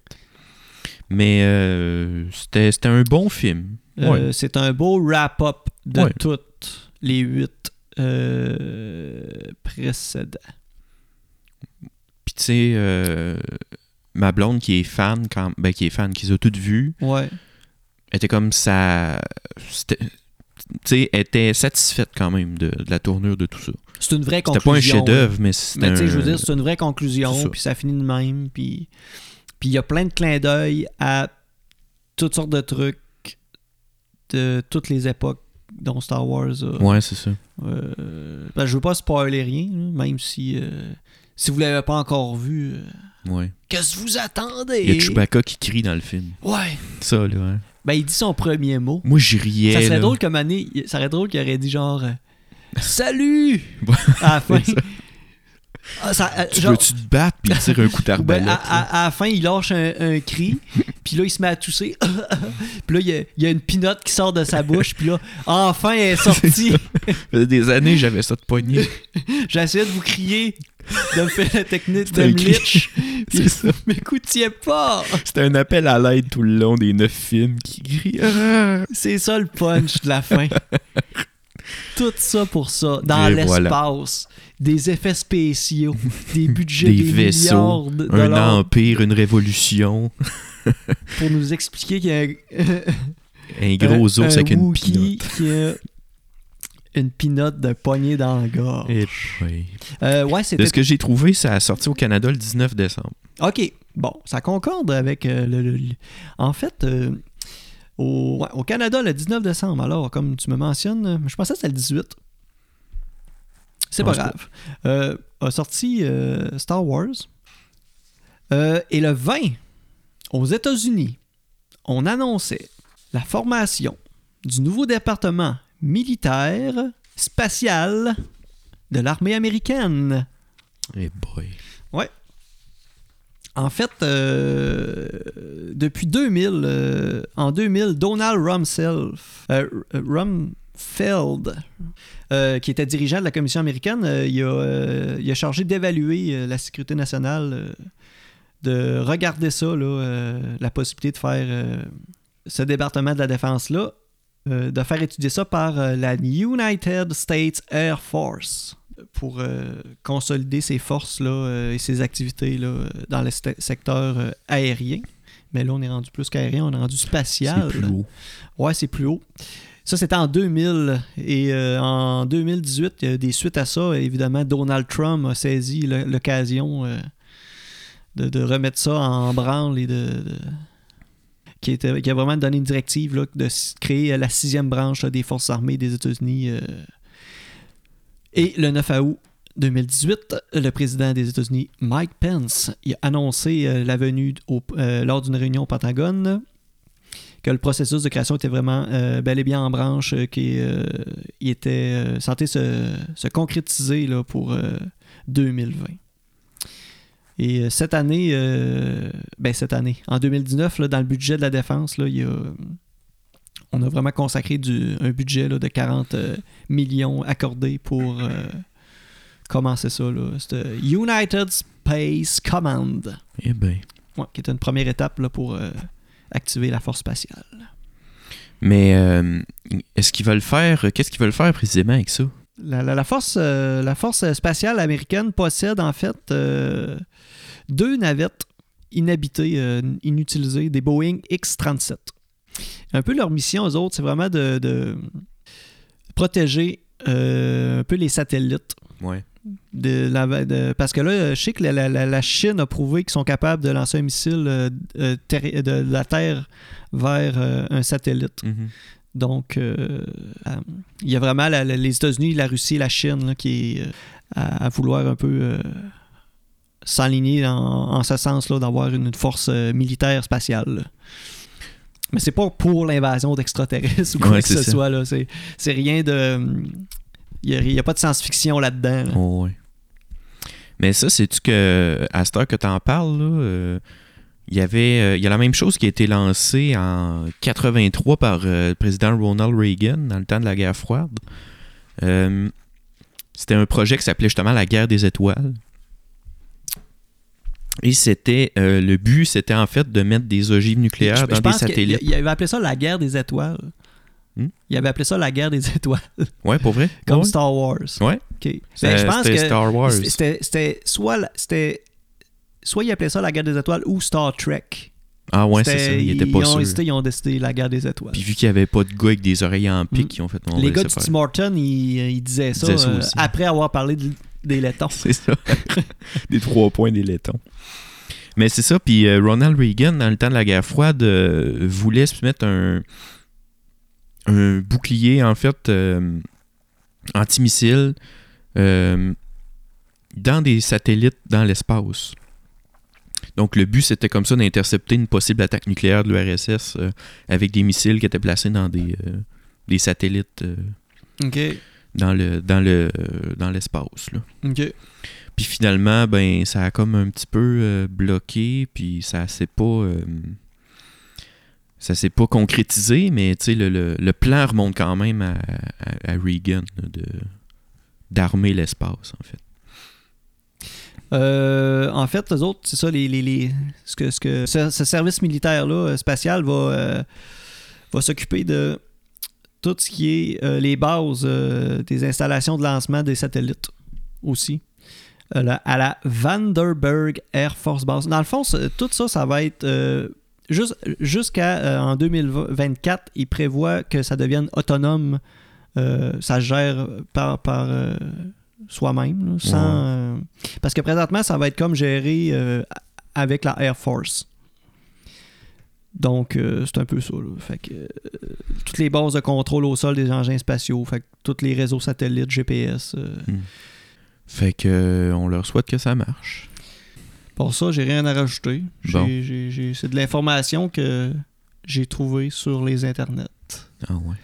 Mais euh, c'était c'était un bon film. Euh, Ouais. C'est un beau wrap-up de Ouais. toutes les huit euh, précédents. Puis, tu sais, euh, ma blonde qui est fan, quand, ben, qui est fan, qui les a toutes vues, Ouais. était comme ça. c'était- Tu sais, elle était satisfaite quand même de, de la tournure de tout ça. C'est une vraie C'était conclusion. pas un là. chef-d'œuvre, mais c'était. Mais tu sais, un- je veux dire, c'est une vraie C'est conclusion, ça. puis ça finit de même, puis puis il y a plein de clins d'œil à toutes sortes de trucs de toutes les époques dont Star Wars a. Ouais, c'est ça. Euh, ben, je veux pas spoiler rien, là, même si euh, si vous l'avez pas encore vu, euh, Ouais. qu'est-ce que vous attendez Il y a Chewbacca qui crie dans le film. Ouais. Ça, là. hein. Ben il dit son premier mot. Moi, j'y riais. ça serait là. drôle comme année, ça serait drôle qu'il aurait dit genre euh, salut à la fin. C'est ça. Ah, ça, euh, Tu genre- veux-tu te battre puis il tire un coup Ou ben, d'arbalète? à, là. à- à la fin, il lâche un, un cri, puis là, il se met à tousser. puis là, il y a- il y, a une pinotte qui sort de sa bouche, puis là, enfin, elle est sortie. Ça faisait des années j'avais ça de poignet. J'essayais de vous crier, de me faire la technique de C'était un Mlich, glitch. C'est ça. mais m'écoutiez pas. C'était un appel à l'aide tout le long des neuf films qui crient. Ah! C'est ça le punch de la fin. Tout ça pour ça, dans Et l'espace. voilà. des effets spéciaux, des budgets, Des des, vaisseaux, milliards de Un dollars empire, une révolution, pour nous expliquer qu'il y a un, un gros Euh, un- ours un avec une Wookiee pinotte. qui a une pinotte de poignée dans le gorge. Et oui. Euh, ouais, De c'était... ce que j'ai trouvé, ça a sorti au Canada le 19 décembre. OK, bon, ça concorde avec euh, le, le- le- En fait, euh, au, ouais, au Canada, le 19 décembre, alors, comme tu me mentionnes, euh, je pensais que c'était le 18. C'est Ouais, pas c'est grave. Euh, a sorti euh, Star Wars. Euh, et le 20, aux États-Unis, on annonçait la formation du nouveau département militaire spatial de l'armée américaine. Eh boy. En fait, euh, depuis 2000, euh, en 2000, Donald Rumself, euh, R- Rumfeld, euh, qui était dirigeant de la Commission américaine, euh, il, a, euh, il a chargé d'évaluer euh, la sécurité nationale, euh, de regarder ça, là, euh, la possibilité de faire euh, ce département de la défense-là, euh, de faire étudier ça par euh, la United States Air Force pour euh, consolider ses forces là, euh, et ses activités là, euh, dans le st- secteur euh, aérien. Mais là, on est rendu plus qu'aérien, on est rendu spatial. C'est plus haut. Ouais, c'est plus haut. Ça, c'était en 2000. Et euh, en 2018, il y a des suites à ça. Évidemment, Donald Trump a saisi le- l'occasion euh, de, de remettre ça en branle et de. de- Qui, était- qui a vraiment donné une directive là, de s- créer la sixième branche là, des forces armées des États-Unis. euh. Et le 9 août 2018, le président des États-Unis, Mike Pence, il a annoncé euh, la venue au- euh, lors d'une réunion au Pentagone que le processus de création était vraiment euh, bel et bien en branche, euh, qu'il euh, il était euh, sentait se, se concrétiser là, pour euh, 2020. Et euh, cette année, euh, ben cette année, en 2019, là, dans le budget de la défense, là, il y a, on a vraiment consacré du, un budget là, de 40 euh, millions accordés pour euh, commencer ça, là, cette United Space Command. Eh ben. Ouais, qui était une première étape là, pour euh, activer la force spatiale. Mais euh, est-ce qu'ils veulent faire. Qu'est-ce qu'ils veulent faire précisément avec ça? La, la- la force, euh, la force spatiale américaine possède en fait euh, deux navettes inhabitées, euh, inutilisées, des Boeing X-37. Un peu leur mission, aux autres, c'est vraiment de, de protéger euh, un peu les satellites. Ouais. De la- de- parce que là, je sais que la, la- la- la Chine a prouvé qu'ils sont capables de lancer un missile euh, euh, terri- de la Terre vers euh, un satellite. Mm-hmm. Donc, euh, euh, il y a vraiment la- la- les États-Unis, la Russie et la Chine là, qui est euh, à, à vouloir un peu euh, s'aligner en, en ce sens-là, d'avoir une force euh, militaire spatiale. là. Mais c'est pas pour l'invasion d'extraterrestres ou quoi Ouais, que c'est ce ça. soit. là. C'est c'est rien de. Il n'y a, pas de science-fiction là-dedans. là. Oh, ouais. Mais ça, c'est-tu que. À cette heure que t'en parles, là. euh, il y avait euh, il y a la même chose qui a été lancée en 83 par euh, le président Ronald Reagan dans le temps de la guerre froide. Euh, c'était un projet qui s'appelait justement la guerre des étoiles. Et c'était euh, le but, c'était en fait de mettre des ogives nucléaires Je- je dans des pense qu'il- satellites. Il avait appelé ça la guerre des étoiles. Hmm? Il avait appelé ça la guerre des étoiles, Ouais, pour vrai. comme Ouais. Star Wars. Ouais. Ok. Ben, C'était- je pense c'était que- Star Wars. C'était- C'était c'était soit la- c'était soit ils appelaient ça la guerre des étoiles ou Star Trek. Ah ouais, c'est C'était- ça. Il était pas ils ont sûr. hésité, ils ont décidé la guerre des étoiles. Puis vu qu'il n'y avait pas de gars avec des oreilles en pic, ils ont fait non, on Mm. Les va gars du laisser Tim faire. Horton, ils, ils disaient ça, disaient ça euh, aussi. après avoir parlé de- des laitons. C'est ça. des trois points des laitons. Mais c'est ça. Puis euh, Ronald Reagan, dans le temps de la guerre froide, euh, voulait se mettre un, un bouclier, en fait, euh, antimissile euh, dans des satellites dans l'espace. Donc le but, c'était comme ça d'intercepter une possible attaque nucléaire de l'URSS euh, avec des missiles qui étaient placés dans des, euh, des satellites euh, OK. dans le dans le euh, dans l'espace. là. OK. Puis finalement, ben ça a comme un petit peu euh, bloqué, puis ça s'est pas euh, ça s'est pas concrétisé, mais tu sais, le, le- le plan remonte quand même à, à- à Reagan là, de d'armer l'espace en fait. Euh, en fait, les autres, c'est ça, les, les- les- ce, que, ce, que, ce, ce service militaire-là, euh, spatial, va, euh, va s'occuper de tout ce qui est euh, les bases euh, des installations de lancement des satellites aussi. Euh, le- à la Vanderberg Air Force Base. Dans le fond, ce- tout ça, ça va être euh, jus- jusqu'à euh, en 2024, ils prévoient que ça devienne autonome. Euh, ça se gère par, par euh, soi-même, là, sans, euh, Ouais. parce que présentement, ça va être comme géré euh, avec la Air Force. Donc, euh, c'est un peu ça. là. Fait que, euh, toutes les bases de contrôle au sol des engins spatiaux, fait que tous les réseaux satellites, GPS. euh, Hmm. Fait que euh, on leur souhaite que ça marche. Pour ça, j'ai rien à rajouter. J'ai- Bon. j'ai- j'ai- C'est de l'information que j'ai trouvée sur les internets. Ah ouais.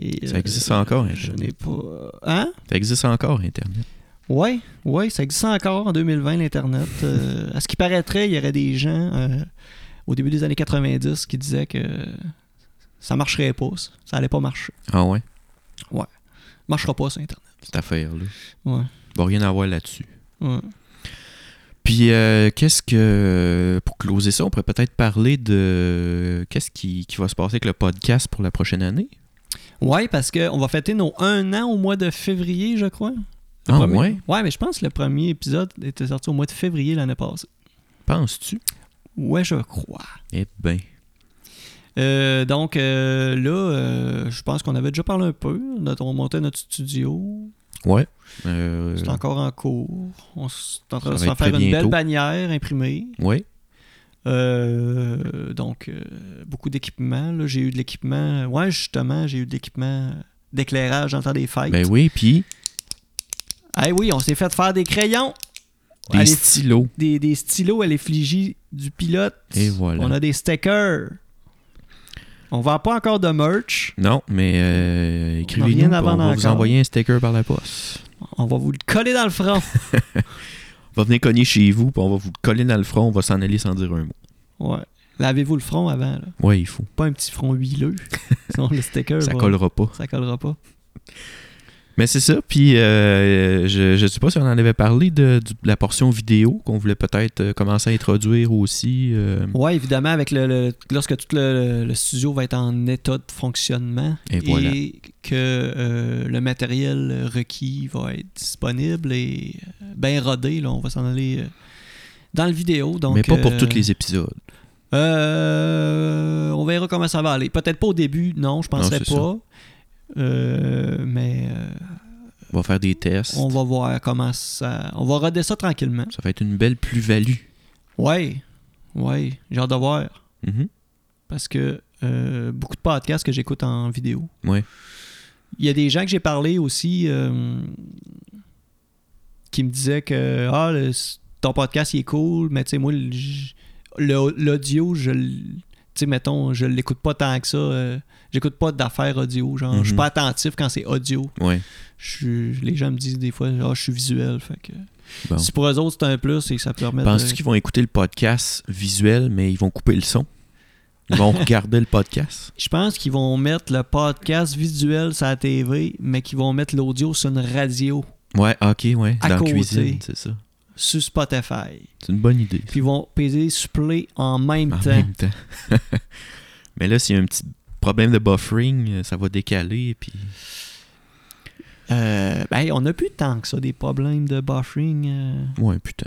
Et, euh, Ça existe encore, hein, Je je- n'ai pas. Hein? Ça existe encore Internet. Oui, oui, ça existe encore en 2020, l'Internet. Euh, à ce qui paraîtrait, il y aurait des gens euh, au début des années 90 qui disaient que ça marcherait pas, ça Ça allait pas marcher. Ah ouais. Marchera pas, ça, Internet. Cette affaire là. Ouais, Va rien avoir là-dessus. ouais. Puis euh, qu'est-ce que pour closer ça, on pourrait peut-être parler de qu'est-ce qui, qui va se passer avec le podcast pour la prochaine année. Ouais, parce qu'on va fêter nos un an au mois de février, je crois. Le Ah premier- ouais. Ouais, mais je pense que le premier épisode était sorti au mois de février l'année passée. Penses-tu? Ouais, je crois. Eh ben. Euh, donc euh, là, euh, je pense qu'on avait déjà parlé un peu. Notre- on montait notre studio. Ouais. Euh, C'est encore en cours. On s- est en train Ça de va s'en être très faire une belle bientôt. bannière imprimée. ouais. Euh, donc, euh, beaucoup d'équipements. là. J'ai eu de l'équipement. Ouais, justement, j'ai eu de l'équipement d'éclairage en temps des fêtes. Ben oui, puis Ah oui, on s'est fait faire des crayons, des Allez. stylos. des, des stylos à l'effigie du pilote. Et voilà. On a des stickers. On vend pas encore de merch. Non, mais euh, écrivez-nous, rien puis à on va vendre vous encore. envoyer un sticker par la poste. On va vous le coller dans le front. On va venir cogner chez vous, puis on va vous le coller dans le front, on va s'en aller sans dire un mot. Ouais. Lavez-vous le front avant. Là. Ouais, il faut. Pas un petit front huileux. Sinon, le sticker, Ça va- collera pas. ça collera pas. Mais c'est ça, puis euh, je, je sais pas si on en avait parlé de, du- de la portion vidéo qu'on voulait peut-être euh, commencer à introduire aussi. euh, Ouais, évidemment, avec le, le- lorsque tout le, le studio va être en état de fonctionnement Et voilà. que euh, le matériel requis va être disponible et euh, bien rodé, là, on va s'en aller euh, dans le vidéo. Donc, mais pas pour euh, tous les épisodes. Euh, on verra comment ça va aller. Peut-être pas au début, non, je penserais c'est pas. Euh, mais euh, On va faire des tests. on va voir comment ça. On va roder ça tranquillement. Ça va être une belle plus-value. Ouais, ouais, j'ai hâte de voir. Mhm. Parce que euh, beaucoup de podcasts que j'écoute en vidéo. Mm-hmm. Ouais. Il y a des gens que j'ai parlé aussi euh, qui me disaient que ah, le- ton podcast il est cool, mais tu sais, moi, le- j- le- l'audio, je l- tu sais, mettons, je l'écoute pas tant que ça. euh, J'écoute pas d'affaires audio. Genre, je suis Mhm. pas attentif quand c'est audio. Ouais. Je suis- les gens me disent des fois, ah, je suis visuel. Fait que, Bon. Si pour eux autres, c'est un plus et que ça peut permettre. Penses-tu qu'ils vont écouter le podcast visuel, mais ils vont couper le son? Ils vont regarder le podcast? Je pense qu'ils vont mettre le podcast visuel sur la TV, mais qu'ils vont mettre l'audio sur une radio, Ouais, ok, ouais. À dans la côté. cuisine, c'est ça. sur Spotify. C'est une bonne idée. Puis ils vont peser supplé en même En temps. même temps. mais là, s'il y a un petit problème de buffering, euh, ça va décaler, puis... Euh, ben, on n'a plus tant que ça des problèmes de buffering. euh, Ouais, putain.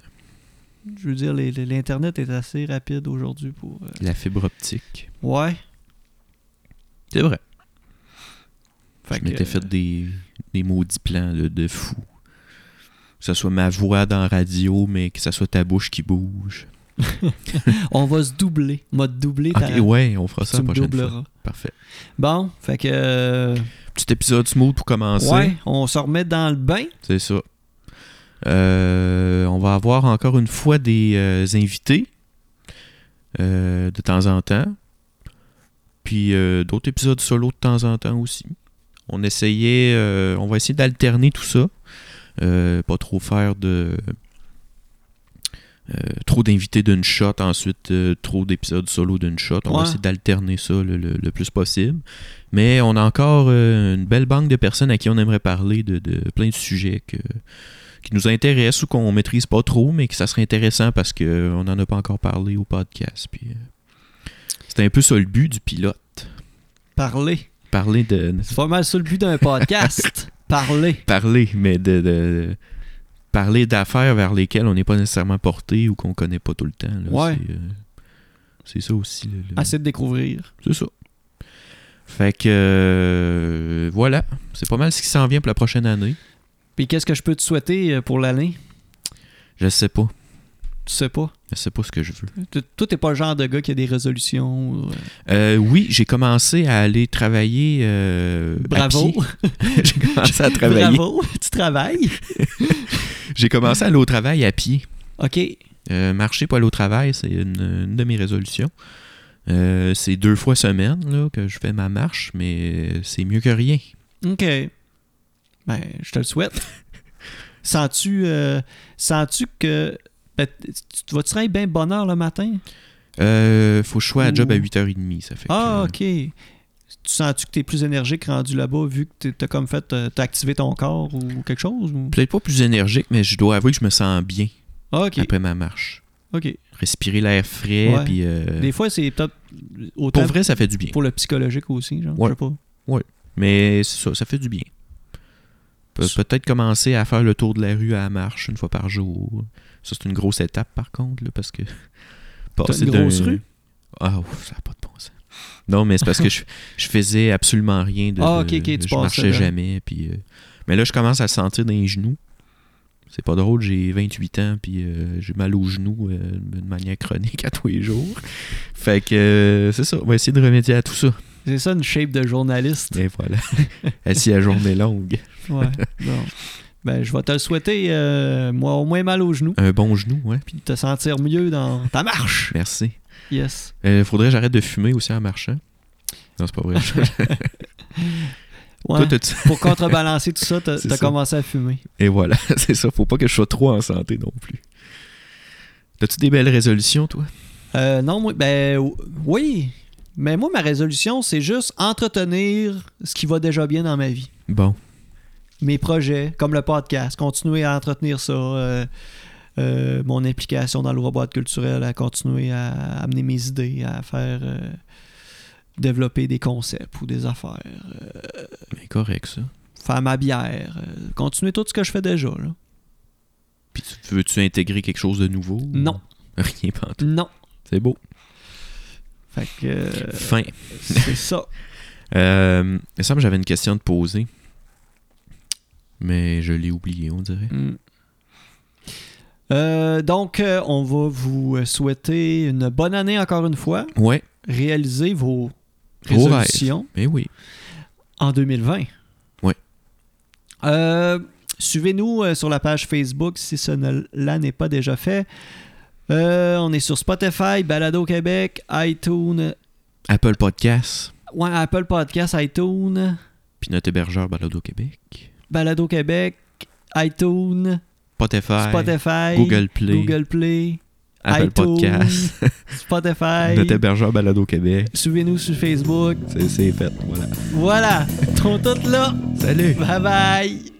je veux dire, les- les- l'Internet est assez rapide aujourd'hui pour. euh, La fibre optique. Ouais. C'est vrai. Fait je m'étais que- fait des, des maudits plans là, de fou. Que ce soit ma voix dans la radio, mais que ça soit ta bouche qui bouge. On va se doubler. On va te doubler. Ok, ta- ouais, on fera ça tu la me prochaine fois. doubleras. Parfait. Bon, fait que. euh, Petit épisode smooth pour commencer. ouais, on se remet dans le bain. C'est ça. Euh, on va avoir encore une fois des euh, invités euh, de temps en temps. Puis euh, d'autres épisodes solo de temps en temps aussi. On essayait, euh, on va essayer d'alterner tout ça. Euh, pas trop faire de. euh, trop d'invités d'une shot, ensuite euh, trop d'épisodes solo d'une shot. On Ouais. va essayer d'alterner ça le, le- le plus possible. Mais on a encore euh, une belle banque de personnes à qui on aimerait parler de, de plein de sujets que- qui nous intéressent ou qu'on maîtrise pas trop, mais que ça serait intéressant parce qu'on n'en a pas encore parlé au podcast. Puis, euh, c'était un peu ça le but du pilote. Parler. Parler de. C'est pas mal ça le but d'un podcast. Parler. parler, mais de, de- parler d'affaires vers lesquelles on n'est pas nécessairement porté ou qu'on connaît pas tout le temps. là. Ouais. Ah, C'est, euh, C'est ça aussi. le- le- Assez de découvrir. C'est ça. Fait que euh, voilà, c'est pas mal ce qui s'en vient pour la prochaine année. Puis qu'est-ce que je peux te souhaiter euh, pour l'année? Je sais pas, Tu sais pas. je sais pas ce que je veux. T- Toi, t'es pas le genre de gars qui a des résolutions. ou, euh, Euh, oui, j'ai commencé à aller travailler. euh, à Bravo. pied. j'ai commencé à travailler. Bravo. tu travailles. J'ai commencé à aller au travail à pied. OK. Euh, marcher pour aller au travail, c'est une, une de mes résolutions. Euh, c'est deux fois semaine là, que je fais ma marche, mais c'est mieux que rien. OK. Ben, je te le souhaite. sens-tu euh, sens-tu que ben, tu tu vas-tu travailler bien bonne heure le matin? Euh, faut que je sois à Ouh. job à 8h30, ça fait que, Ah, euh, OK. Tu sens-tu que t'es plus énergique rendu là-bas vu que t'es- t'as comme fait, euh, t'as activé ton corps ou quelque chose? ou- Ah, Peut-être pas plus énergique, mais je dois avouer que je me sens bien OK, après ma marche. OK. Respirer l'air frais, Ouais. puis... euh, Des fois, c'est peut-être pour autant vrai, ça fait du bien. pour le psychologique aussi, genre, Ouais. je sais pas. Mais c'est ça, ça fait du bien. Pe- Peut-être commencer à faire le tour de la rue à la marche une fois par jour. Ça, c'est une grosse étape, par contre, là, parce que... passer une d'un- grosse rue? Ah, ouf, ça n'a pas de bon sens. Non, mais c'est parce que je, je faisais absolument rien de... Ah, ok, de- ok, tu Je marchais passais, là. jamais, puis... euh, Mais là, je commence à le sentir dans les genoux. C'est pas drôle, j'ai 28 ans, puis euh, j'ai mal aux genoux euh, de manière chronique à tous les jours. Fait que euh, c'est ça, on va essayer de remédier à tout ça. C'est ça une shape de journaliste. Et voilà. Assis la journée longue. Ouais. bon. Ben, je vais te le souhaiter, euh, moi, au moins mal aux genoux, Un bon genou, ouais. puis de te sentir mieux dans ta marche. Merci. Yes. Euh, faudrait que j'arrête de fumer aussi en marchant. Non, c'est pas vrai. Ouais. Toi, t'as-tu- Pour contrebalancer tout ça, t'as C'est t'as ça. commencé à fumer. Et voilà, c'est ça. Faut pas que je sois trop en santé non plus. T'as-tu des belles résolutions, toi? Euh, non, moi, ben ou- oui. Mais moi, ma résolution, c'est juste entretenir ce qui va déjà bien dans ma vie. Bon. Mes projets, comme le podcast, continuer à entretenir ça. euh, euh, mon implication dans le robot culturel, à continuer à amener mes idées, à faire euh, développer des concepts ou des affaires, euh, Mais correct, ça. faire ma bière, euh, continuer tout ce que je fais déjà. là. Puis tu- veux-tu intégrer quelque chose de nouveau? ou- Non, Rien pas. non. C'est beau. Fait que euh, Fin. c'est ça. Euh, il me semble que j'avais une question de poser. Mais je l'ai oubliée, on dirait. Mm. Euh, donc, euh, on va vous euh, souhaiter une bonne année encore une fois. Ouais. Réalisez vos Vos rêves. résolutions Mais oui. en 2020. Ouais. Euh, Suivez-nous euh, sur la page Facebook si cela n'est pas déjà fait. Euh, on est sur Spotify, Balado Québec, iTunes, Apple Podcasts, ouais, Apple Podcast, iTunes, puis notre hébergeur Balado Québec. Balado Québec, iTunes, Spotify, Spotify, Google Play, Google Play, Apple iTunes, Podcast, Spotify. notre hébergeur Balado Québec. Suivez-nous sur Facebook. C'est c'est fait, voilà. Voilà, ils sont toutes là. Salut! Bye bye.